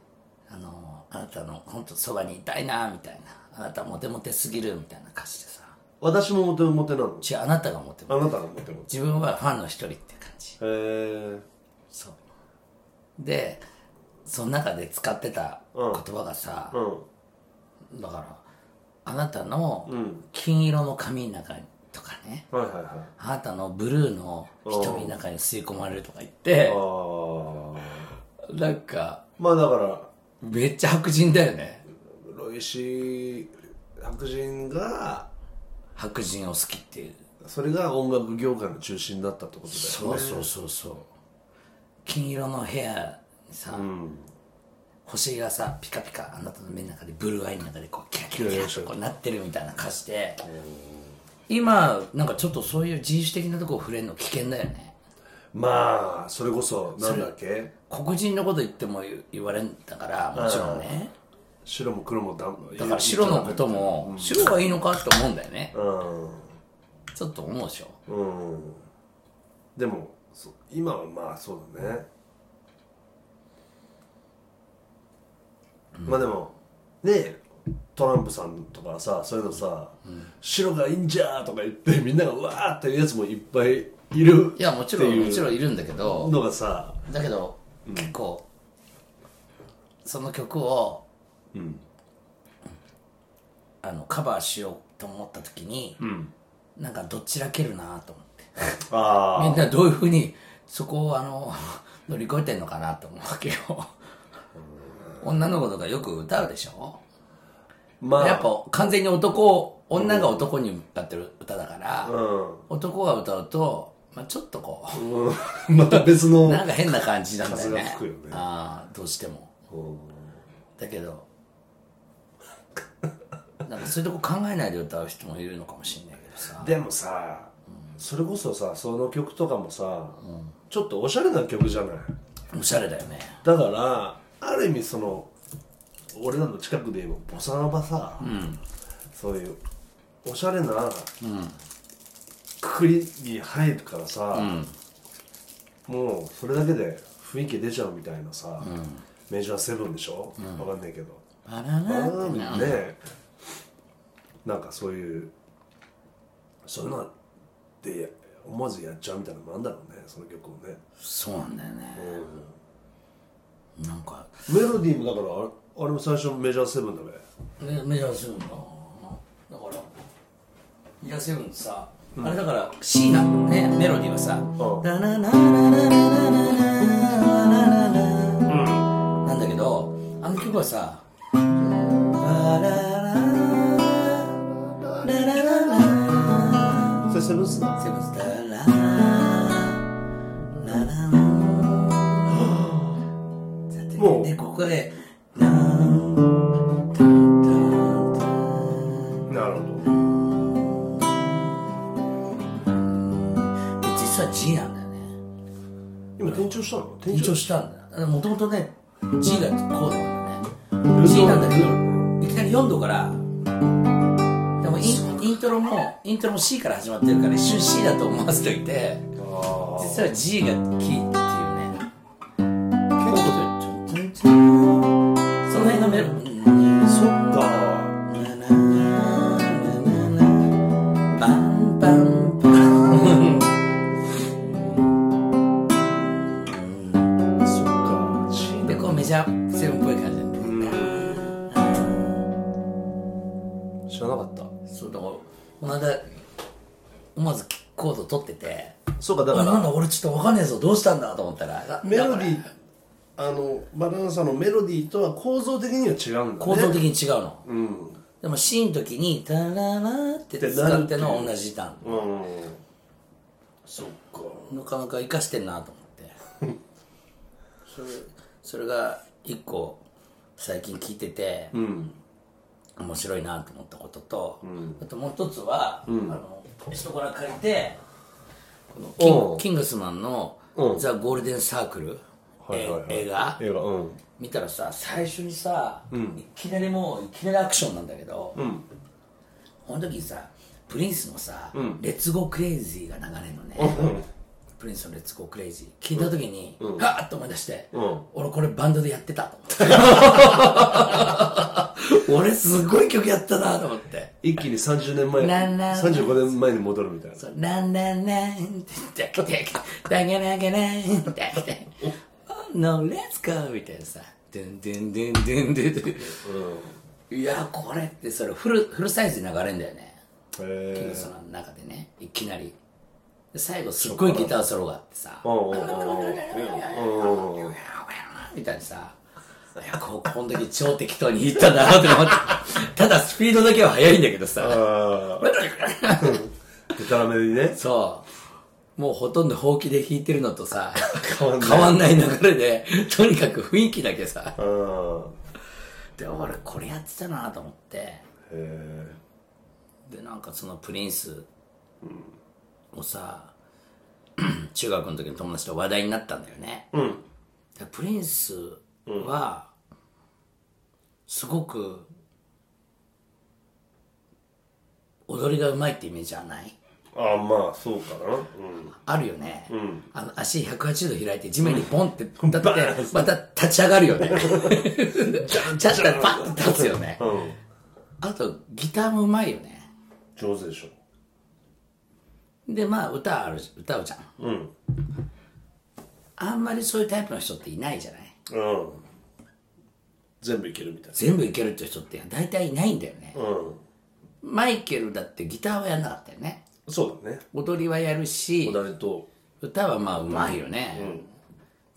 Speaker 3: あのあなたの本当そばにいたいなみたいなあなたモテモテすぎるみたいな歌詞でさ
Speaker 2: 私もモテモテなの
Speaker 3: 違うあなたがモテモ
Speaker 2: あなたがモテモ
Speaker 3: テ自分はファンの一人って感じ
Speaker 2: テへえ
Speaker 3: そうでその中で使ってた言葉がさ、
Speaker 2: うん
Speaker 3: だからあなたの金色の髪の中にとかね
Speaker 2: はいはいはい
Speaker 3: あなたのブルーの瞳の中に吸い込まれるとか言って
Speaker 2: あ
Speaker 3: なんか、
Speaker 2: まあだから
Speaker 3: めっちゃ白人だよね。
Speaker 2: ロイシー白人が
Speaker 3: 白人を好きっていう。
Speaker 2: それが音楽業界の中心だったってことだよね
Speaker 3: そうそうそうそう。金色の部屋にさ、星がさ、ピカピカ、あなたの目の中で、ブルーアイの中で、こう、キラキラキラとこうなってるみたいな歌詞で、今、なんかちょっとそういう人種的なとこ触れるの危険だよね。
Speaker 2: まあそれこそなんだっけ
Speaker 3: 黒人のこと言っても言われんだから、もちろんね。
Speaker 2: 白も黒もだん
Speaker 3: だから白のことも、白がいいのかって思うんだよね。
Speaker 2: うん
Speaker 3: ちょっと思うでしょ。
Speaker 2: うんでもそ今はまあそうだね、まあでもねえトランプさんとかさそういうのさ、白がいいんじゃーとか言ってみんながわーっていうやつもいっぱいいる
Speaker 3: いや、もちろ
Speaker 2: って
Speaker 3: ん、
Speaker 2: いう
Speaker 3: もちろんいるんだけど、
Speaker 2: のがさ
Speaker 3: だけど、結構その曲を、あのカバーしようと思った時に、なんかどっちらけるなと思ってみ
Speaker 2: あ
Speaker 3: んなどういうふうにそこをあの 乗り越えてんのかなと思うわけよ女の子とかよく歌うでしょ
Speaker 2: ーまあ
Speaker 3: やっぱ完全に男を女が男に歌ってる歌だから、
Speaker 2: う
Speaker 3: 男が歌うと、まあ、ちょっとこう、
Speaker 2: ん また別の
Speaker 3: なんか変な感じなんだよね
Speaker 2: 風が吹くよね
Speaker 3: ああどうしてもだけどなんかそういうとこ考えないで歌う人もいるのかもしれないけどさ
Speaker 2: でもさ、それこそさその曲とかもさ、ちょっとおしゃれな曲じゃない
Speaker 3: おしゃれだよね
Speaker 2: だからある意味その俺らの近くで言えばボサノバさ、そういうおしゃれなくくりに入るからさ、もうそれだけで雰囲気出ちゃうみたいなさ、メジャーセブンでしょ、わかんないけど
Speaker 3: バナ
Speaker 2: あ
Speaker 3: ナって
Speaker 2: ー
Speaker 3: な
Speaker 2: ねなんかそういうそういうので思わずやっちゃうみたいなのもあんだろうねその曲をね
Speaker 3: そうなんだよねなんか
Speaker 2: メロディーもだからあれあれも最初メジャーセブンだべ
Speaker 3: ねメジャーセブンだだからメジャーセブンってさ、あれだから C なんだねメロディーはさ「ラララララララララララ」なんだけどあの曲はさ「ララララララララ」
Speaker 2: それセブンスだ
Speaker 3: セブンスだら
Speaker 2: もう
Speaker 3: でここで
Speaker 2: なるほ
Speaker 3: 実は G なんだよね
Speaker 2: ど今転調したの転
Speaker 3: 緊
Speaker 2: 調
Speaker 3: 張したんだよもともとね G がこうだもん
Speaker 2: ルー
Speaker 3: ね
Speaker 2: ト
Speaker 3: G なんだけどいきなり4度からでもインイントロもイントロも C から始まってるから一瞬 C だと思わせといて
Speaker 2: あ
Speaker 3: 実は G が「キ」っていうね
Speaker 2: あ結構
Speaker 3: その辺がメロ
Speaker 2: そっか
Speaker 3: バンバンバン
Speaker 2: そっかシーン
Speaker 3: でこうメジャーセブンっぽい感じで
Speaker 2: 知らなかった
Speaker 3: そうだからこの間思わずコード取ってて
Speaker 2: そうかだ
Speaker 3: あ
Speaker 2: か
Speaker 3: なん
Speaker 2: ら
Speaker 3: だ俺ちょっとわかんねえぞどうしたんだと思ったら
Speaker 2: メロディ
Speaker 3: ー
Speaker 2: ーあのバナナさんのメロディーとは構造的には違うんだね
Speaker 3: 構造的に違うの、
Speaker 2: うん
Speaker 3: でも C の時に「タララ」って使ってのは同じターン
Speaker 2: うんそっか
Speaker 3: なかなか生かしてんなと思って それそれが一個最近聞いてて、面白いなと思ったことと、あともう一つは、あの人から借りてキ
Speaker 2: お
Speaker 3: ン
Speaker 2: う
Speaker 3: キングスマンの
Speaker 2: う
Speaker 3: 「ザ・ゴールデン・サークル」
Speaker 2: はいはいはい
Speaker 3: え映画
Speaker 2: 映画うん
Speaker 3: 見たらさ最初にさ、いきなりもういきなりアクションなんだけど、この時にさプリンスのさ「レッツゴークレイジー」が流れるのね、プリンスの「レッツゴークレイジー」聞いた時に、はぁっと思い出して、
Speaker 2: ん
Speaker 3: 俺これバンドでやってたと思 って俺すごい曲やったなと思って
Speaker 2: 一気に30年前
Speaker 3: なんなん
Speaker 2: 35年前に戻るみたいな
Speaker 3: そう「ランランラン」って言って「ダゲラゲラン」って言 って「ノーレッツゴー」みたいなさ「ドゥンドゥンドゥンドゥンドゥンドゥン」いやこれってそれフルフルサイズで流れんだよねキン
Speaker 2: へ
Speaker 3: グスマンの中でねいきなりで最後すっごいギターソロがあってさ
Speaker 2: うんうんうんうんうん
Speaker 3: みたいにさ、いや、こうこの時超適当に行ったんだなって思って、ただスピードだけは速いんだけどさ、
Speaker 2: ああ。でたらめにね。
Speaker 3: そう、もうほとんどほうきで弾いてるのとさ、
Speaker 2: 変わんない
Speaker 3: 変わんない流れで、とにかく雰囲気だけさ、
Speaker 2: うん。
Speaker 3: で、俺これやってたなと思って、
Speaker 2: へえ。
Speaker 3: でなんかそのプリンスをさ、中学の時の友達と話題になったんだよね、でプリンスはすごく踊りがうまいってイメージはない
Speaker 2: ああ、まあ、そうかな。うん。
Speaker 3: あるよね、あの足180度開いて地面にポンって立ってまた立ち上がるよ ねちゃんとパッて立つよね、あとギターもうまいよね
Speaker 2: 上手でしょ。
Speaker 3: でまあ歌ある歌うじゃん
Speaker 2: うん。
Speaker 3: あんまりそういうタイプの人っていないじゃない
Speaker 2: うん。全部いけるみたい
Speaker 3: 全部いけるって人って大体いないんだよね、
Speaker 2: な。うん。
Speaker 3: マイケルだってギターはやんなかったよね
Speaker 2: そうだね。
Speaker 3: 踊りはやるし
Speaker 2: 誰と。
Speaker 3: 歌はまあうまいよね、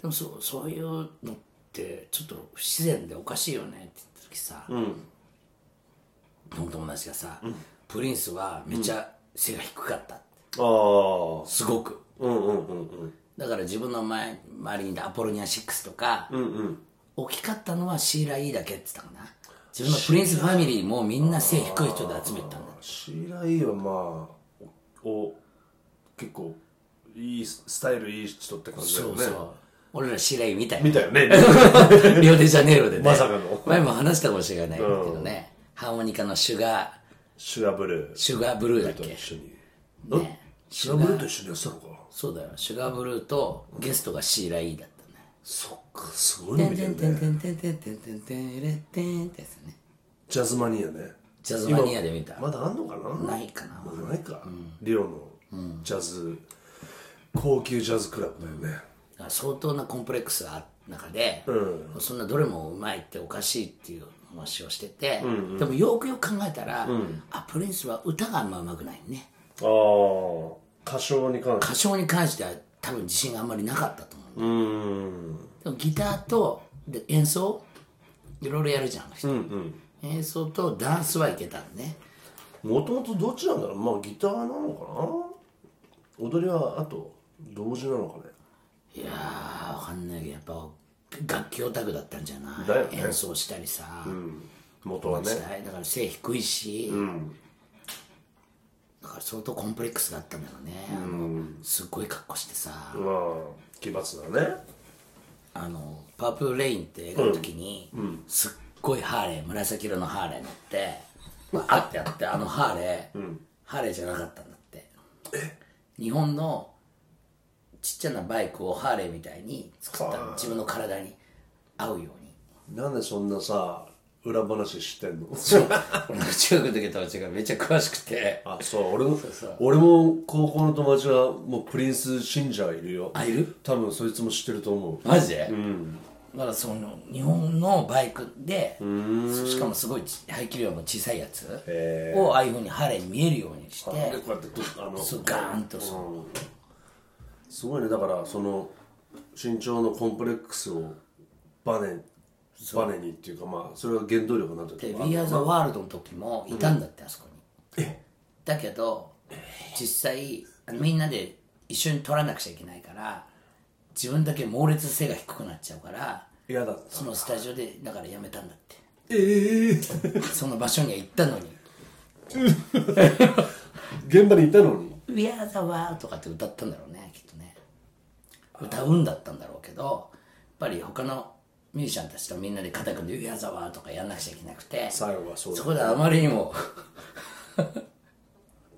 Speaker 3: でもそうそういうのってちょっと不自然でおかしいよねって言った時さ、その友達がさ、プリンスはめちゃ背が低かった」
Speaker 2: ああ。
Speaker 3: すごく
Speaker 2: うんうんうんうん。
Speaker 3: だから自分の前周りにいたアポロニア6とか、大きかったのはシーラ・イーだけって言ったかな自分のプリンスファミリーもみんな背低い人で集めてたんだ
Speaker 2: シーライはまあ、お、お結構、いい、スタイルいい人って感じだよ
Speaker 3: そう
Speaker 2: ね。
Speaker 3: そう俺らシーラ・イーみたい
Speaker 2: 見
Speaker 3: な
Speaker 2: た よね。
Speaker 3: リオデジャネイロでね
Speaker 2: まさかの
Speaker 3: 前も話したかもしれないけどね、ハーモニカのシュガー
Speaker 2: シュガーブルー
Speaker 3: シュガーブルーだっ
Speaker 2: と
Speaker 3: け
Speaker 2: 一緒に。
Speaker 3: ね
Speaker 2: シュガーブルーと一緒にやってたのか。
Speaker 3: そうだよシュガーブルーとゲストがシーラ・イーだったね
Speaker 2: そっか、すごい
Speaker 3: て
Speaker 2: の
Speaker 3: ん
Speaker 2: 見て
Speaker 3: てん
Speaker 2: る
Speaker 3: てんて
Speaker 2: ね。
Speaker 3: んてんてんてんてんてんれってんってやつね
Speaker 2: ジャズマニアね。
Speaker 3: ジャズマニアで見た
Speaker 2: まだあんのかな
Speaker 3: ないかな
Speaker 2: ないか。リオのジャズ、高級ジャズクラブだよね。
Speaker 3: だから相当なコンプレックスがある中で、そんなどれもうまいっておかしいっていう話をしてて、でもよくよく考えたら、あプリンスは歌があんまうまくないね
Speaker 2: ああ歌唱に関して
Speaker 3: 歌唱に関しては多分自信があんまりなかったと思う
Speaker 2: うーん
Speaker 3: でもギターとで演奏いろいろやるじゃん、演奏とダンスはいけたんね
Speaker 2: もともとどっちなんだろうまあギターなのかな踊りはあと同時なのかね
Speaker 3: いやーわかんないけどやっぱ楽器オタクだったんじゃない
Speaker 2: だよね
Speaker 3: 演奏したりさ、
Speaker 2: 元はね
Speaker 3: 時代だから背低いし、だから相当コンプレックスがあったんだろうね、あのすっごい格好してさ、
Speaker 2: まあ奇抜だね
Speaker 3: あのパープルレインって映画の時に、すっごいハーレー紫色のハーレー乗ってわーってやってあのハーレー、ハーレーじゃなかったんだって日本のちっちゃなバイクをハーレーみたいに作ったの自分の体に合うように
Speaker 2: なんでそんなさ裏話知ってん の
Speaker 3: 俺の中学の時の友達がめっちゃ詳しくて
Speaker 2: あそう俺も
Speaker 3: そう
Speaker 2: 俺も高校の友達はもうプリンス信者いるよ
Speaker 3: あいる
Speaker 2: 多分そいつも知ってると思う
Speaker 3: マジで、だからその日本のバイクでしかもすごいち排気量の小さいやつ
Speaker 2: へ
Speaker 3: をああいうふうにハーレーに見えるようにして
Speaker 2: でこうやってあの
Speaker 3: そうガーンとそう
Speaker 2: すごいねだからその身長のコンプレックスをバネバネにっていうかまあそれが原動力になって
Speaker 3: で「
Speaker 2: る
Speaker 3: We Are the World」の時もいたんだって、あそこにだけど実際みんなで一緒に撮らなくちゃいけないから自分だけ猛烈背が低くなっちゃうから
Speaker 2: 嫌だった
Speaker 3: そのスタジオでだからやめたんだ って
Speaker 2: ええー、
Speaker 3: その場所には行ったのに
Speaker 2: 現場にいたのに
Speaker 3: 「We are the world」とかって歌ったんだろうねきっとね歌うんだったんだろうけどやっぱり他のミュージシャンたちとみんなで肩組んで「We are the world」とかやんなくちゃいけなくて
Speaker 2: 最後はそうだ
Speaker 3: そこであまりにも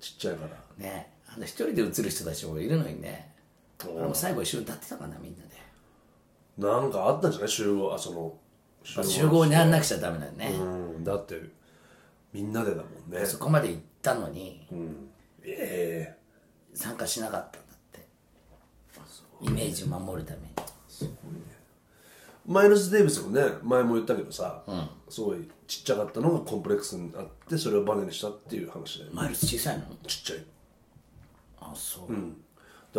Speaker 2: ちっちゃいから
Speaker 3: ねあの一人で映る人たちもいるのにね俺も最後一緒に歌ってたかなみんなで
Speaker 2: なんかあったんじゃない集合あその集
Speaker 3: 集合にやんなくちゃダメだよね、
Speaker 2: うんだってみんなでだもんね
Speaker 3: そこまで行ったのに
Speaker 2: え
Speaker 3: 参加しなかったんだってイメージ守るために
Speaker 2: えマイルス・デイビスもね前も言ったけどさ、すごいちっちゃかったのがコンプレックスになってそれをバネにしたっていう話だよね
Speaker 3: マイルス小さいの
Speaker 2: ちっちゃい
Speaker 3: あそう、
Speaker 2: だか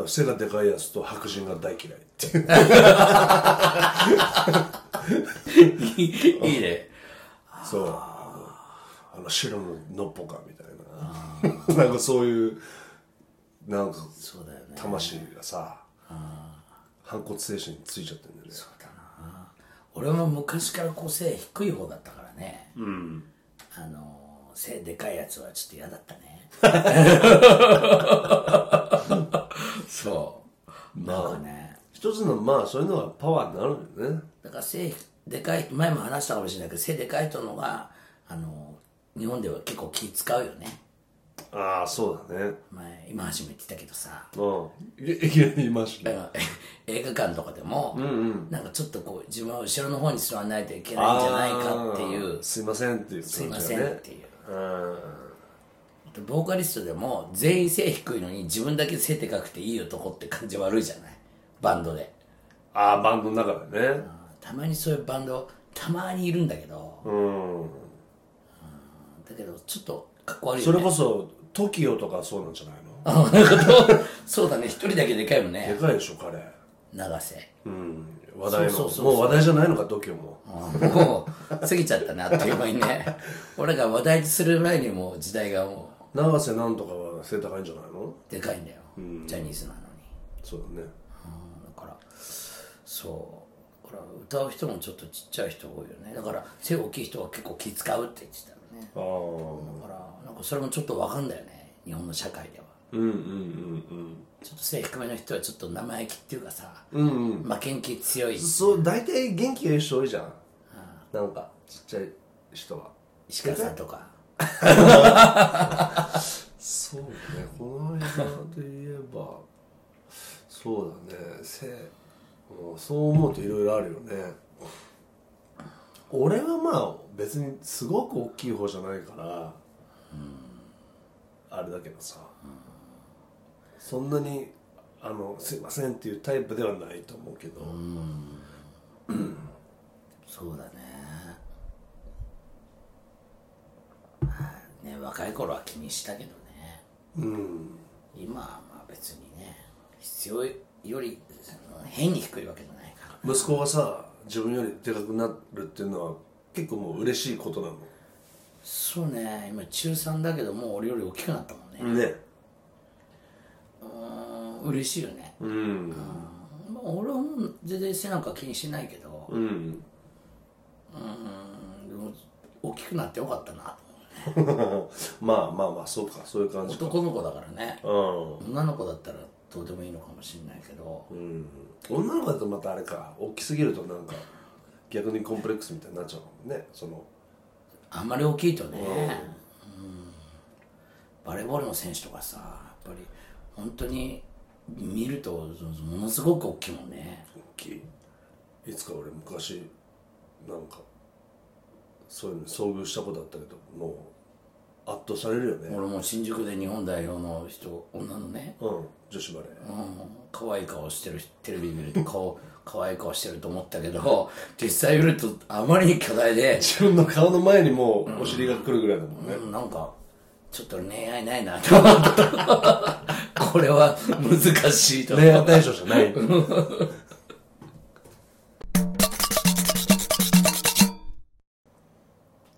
Speaker 2: ら背がでかいやつと白人が大嫌いっていう
Speaker 3: いいね。
Speaker 2: そうあの白ののっぽかみたい ななんかそういうなんか
Speaker 3: そうだよね。
Speaker 2: 魂がさ反骨精神についちゃってるんだよね
Speaker 3: 俺も昔からこう背低い方だったからね。あの、背でかいやつはちょっと嫌だったね。 そう。なんかね。
Speaker 2: 一つのまあそういうのがパワーになるよね
Speaker 3: だから背でかい、前も話したかもしれないけど、背でかい人のが、あの、日本では結構気使うよね。
Speaker 2: ああそうだね
Speaker 3: 前、今初めて言ったけどさ。
Speaker 2: うんいいきなり言いました
Speaker 3: だ
Speaker 2: ね
Speaker 3: からえ映画館とかでも、なんかちょっとこう自分は後ろの方に座らないといけないんじゃないかっていう
Speaker 2: あーすいませんっていう
Speaker 3: すい
Speaker 2: 感
Speaker 3: ま
Speaker 2: じ
Speaker 3: せ
Speaker 2: だ
Speaker 3: ん
Speaker 2: ね
Speaker 3: っていう、でボーカリストでも全員背低いのに自分だけ背でかくていい男って感じ悪いじゃないバンドで
Speaker 2: ああバンドの中でね
Speaker 3: たまにそういうバンドたまにいるんだけど、
Speaker 2: うん
Speaker 3: だけどちょっとかっこ悪い
Speaker 2: そ
Speaker 3: よ
Speaker 2: れ
Speaker 3: ね
Speaker 2: こそ TOKIO とかそうなんじゃないの
Speaker 3: あなるほどそうだね一人だけでかいもん
Speaker 2: で
Speaker 3: ね
Speaker 2: かいでしょ彼
Speaker 3: 長瀬
Speaker 2: うん話題の
Speaker 3: そうそうそう
Speaker 2: もう話題じゃないのか TOKIO も
Speaker 3: もう過ぎちゃったなあっという間にね俺が話題にする前にもう時代がも
Speaker 2: 永瀬なんとかは背高いんじゃないの
Speaker 3: うでかいんだよ、ジャニーズなのに、
Speaker 2: そう
Speaker 3: う
Speaker 2: だね
Speaker 3: んだからそうだから歌う人もちょっとちっちゃい人多いよねだから背大きい人は結構気使うって言ってたのねだ
Speaker 2: ああ
Speaker 3: からなんかそれもちょっとわかんだよね日本の社会では
Speaker 2: うんうんうん
Speaker 3: ちょっと背低めの人はちょっと生意気っていうかさ、
Speaker 2: うんうんうん
Speaker 3: 負けん気強いし
Speaker 2: そう大体元気がいい人多いじゃんなんかちっちゃい人は
Speaker 3: 石川さんとか
Speaker 2: そうねこの間で言えばそうだねせうんそう思うといろいろあるよね俺はまあ別にすごく大きい方じゃないから、あれだけどさ、そんなにあの「すいません」っていうタイプではないと思うけど、
Speaker 3: そうだねはいね若い頃は気にしたけどね今はまあ別にね必要よりあの変に低いわけじゃないから
Speaker 2: 息子がさ自分よりでかくなるっていうのは結構もう嬉しいことなの
Speaker 3: そうね今中3だけどもう俺より大きくなったもんね
Speaker 2: ね
Speaker 3: うーん嬉しいよね、う
Speaker 2: うん
Speaker 3: んまあ俺はもう全然背なんか気にしないけどう
Speaker 2: うん
Speaker 3: んでも大きくなってよかったなと思
Speaker 2: まあまあまあそうかそういう感
Speaker 3: う
Speaker 2: じか
Speaker 3: 男の子だからね
Speaker 2: うん
Speaker 3: 女の子だったらどうでもいいのかもしれないけど、
Speaker 2: うん女の子だとまたあれか大きすぎるとなんか逆にコンプレックスみたいになっちゃうもんねその
Speaker 3: あんまり大きいとね、うんバレーボールの選手とかさやっぱり本当に見るとそのものすごく大きいもんね
Speaker 2: 大きいいつか俺昔なんかそういうのに遭遇したことあったけどもう圧倒されるよね
Speaker 3: 俺も新宿で日本代表の人女のね、
Speaker 2: うん女子バレ
Speaker 3: う
Speaker 2: ー
Speaker 3: ん、可愛い顔してるテレビ見ると顔 可愛い顔してると思ったけど実際見るとあまりに巨大で、
Speaker 2: 自分の顔の前にもうお尻が来るぐらいだもんね、
Speaker 3: うん、なんかちょっと恋愛ないなと思った これは難しいと思う
Speaker 2: 恋愛対象じゃない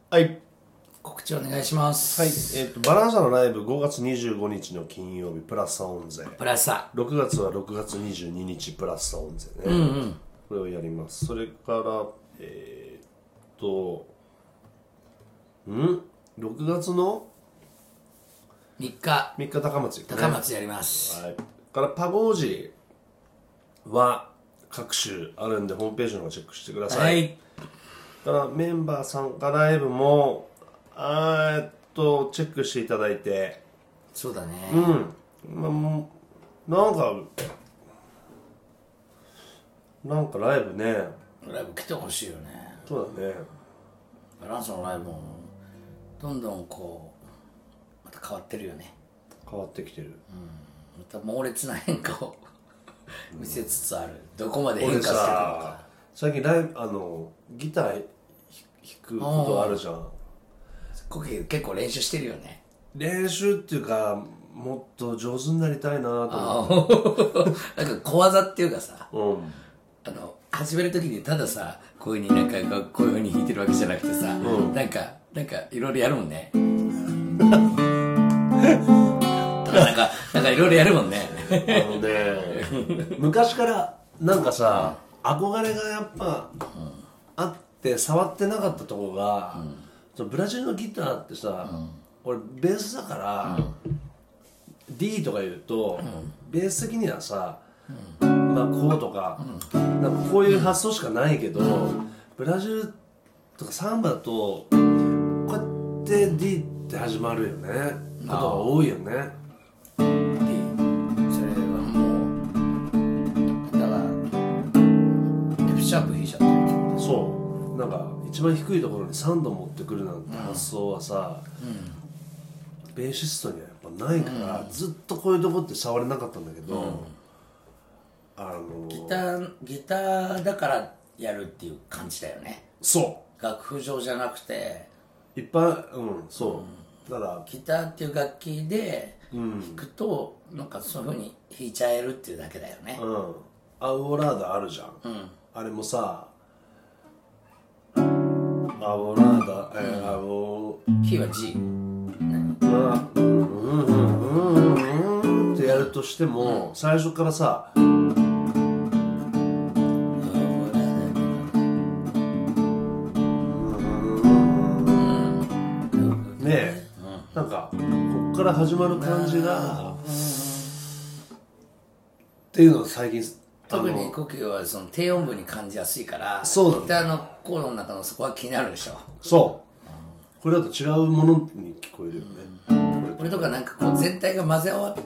Speaker 2: はい
Speaker 3: 告知お願いします
Speaker 2: はい、えっ、と、バランサのライブ5月25日の金曜日、プラスサオンゼ。
Speaker 3: プラスさ
Speaker 2: 6月は6月22日、プラスサオンゼね。これをやります。それから、えー、っと、ん ?6 月の
Speaker 3: 3日
Speaker 2: 3日高松行くね
Speaker 3: 高松やります、
Speaker 2: はい。から、パゴージは各種あるんで、ホームページの方チェックしてくださ。
Speaker 3: はいい
Speaker 2: だからメンバー参加ライブもあーえっとチェックしていただいて
Speaker 3: そうだね、
Speaker 2: うん、まあ、もうなんかなんかライブね
Speaker 3: ライブ来てほしいよね
Speaker 2: そうだね
Speaker 3: バランスのライブもどんどんこうまた変わってるよね
Speaker 2: 変わってきてる
Speaker 3: また猛烈な変化を見せつつあるどこまで変
Speaker 2: 俺
Speaker 3: 化してるのか
Speaker 2: さ最近ライブあのギターひ弾くことあるじゃん
Speaker 3: コケ結構練習してるよね
Speaker 2: 練習っていうかもっと上手になりたいなと思
Speaker 3: あーなんか小技っていうかさ
Speaker 2: う、うん、
Speaker 3: あの始める時にたださこういうふうになんかこういうふうに弾いてるわけじゃなくてさ、なんかなんかいろいろやるもんねなんかなんかいろいろやるもんね
Speaker 2: あのね昔からなんかさ憧れがやっぱあって触ってなかったとこが、そのブラジルのギターってさ、俺ベースだから、D とか言うと、ベース的にはさ、まあこうとか,、なんかこういう発想しかないけど、ブラジルとかサンバだとこうやって D って始まるよねことが多いよね
Speaker 3: それはもうだから F シャープ弾いちゃった
Speaker 2: そうなんか一番低いところに3度持ってくるなんて発想はさ、ベーシストにはやっぱないから、ずっとこういうとこって触れなかったんだけど、あ
Speaker 3: ギ
Speaker 2: の
Speaker 3: ターギターだからやるっていう感じだよね
Speaker 2: そ
Speaker 3: 楽譜上じゃなくて
Speaker 2: ういっぱいうんそう、ただ
Speaker 3: ギターっていう楽器で弾くと、なんかそういうふうに弾いちゃえるっていうだけだよね、
Speaker 2: うんアウオラーダあるじゃん、あれもさアウオラーダ、えー、アウオ
Speaker 3: キーは G
Speaker 2: ってやるとしても、最初からさ、ねえ、なんかこっから始まる感じが、っていうのを最近あの
Speaker 3: 特に呼吸はその低音部に感じやすいから
Speaker 2: そうなの
Speaker 3: ギターのコードの中のそこは気になるでしょ
Speaker 2: そうこれだと違うものに聞こえるよね、
Speaker 3: これとかなんかこう全体が混ぜ合わった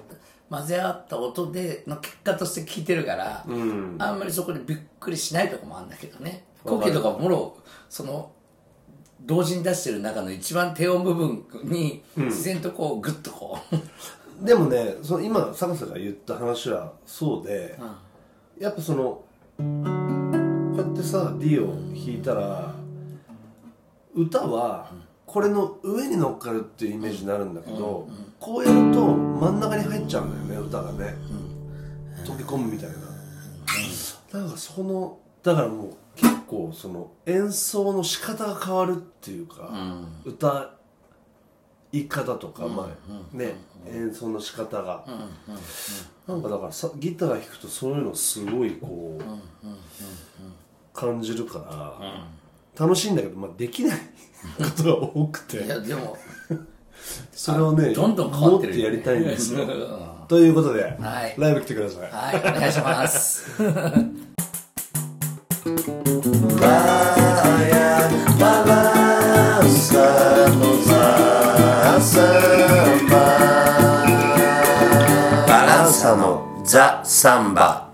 Speaker 3: 混ぜ合った音での結果として聞いてるから、あんまりそこでびっくりしないとこもあるんだけどね呼吸とかもろその同時に出してる中の一番低音部分に自然とこうグッとこう、
Speaker 2: でもねその今坂瀬が言った話はそうで、やっぱそのこうやってさ D を弾いたら歌はこれの上に乗っかるっていうイメージになるんだけど、こうやると真ん中に入っちゃうんだよね歌がね、溶け込むみたいな、なんかそのだからもう結構その演奏の仕方が変わるっていうか、歌言い方とか、まあね、演奏の仕方が、なんかだからさギター弾くとそういうのすごいこう,、感じるから、楽しいんだけど、まあ、できないことが多く
Speaker 3: い
Speaker 2: て
Speaker 3: やでも
Speaker 2: それをね
Speaker 3: どんどん変わってる
Speaker 2: もっとやりたいんですよ
Speaker 3: うん
Speaker 2: ということで、
Speaker 3: はい
Speaker 2: ライブ来てください
Speaker 3: はいお願いします
Speaker 1: Balançamos a samba. Balançamos a samba.